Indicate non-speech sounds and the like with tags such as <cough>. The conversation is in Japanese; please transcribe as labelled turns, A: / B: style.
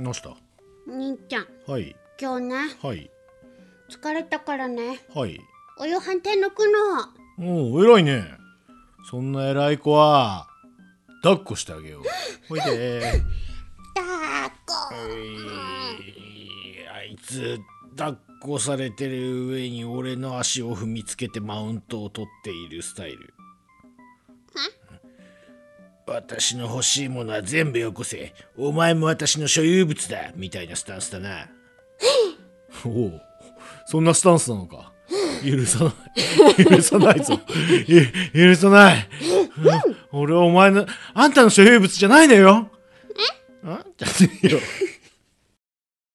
A: なした
B: 兄ちゃん
A: はい
B: 今日ね
A: はい
B: 疲れたからね
A: はい
B: お夕飯手抜くの
A: おお偉いねそんな偉い子は抱っこしてあげようおいで
B: だーこ
A: あいつ抱っこされてる上に俺の足を踏みつけてマウントを取っているスタイル私の欲しいものは全部よこせお前も私の所有物だみたいなスタンスだな <laughs> おおそんなスタンスなのか許さない許さない <laughs> ぞゆ許さない、 <laughs> <laughs> 俺はお前のあんたの所有物じゃないのよあじゃあいいよ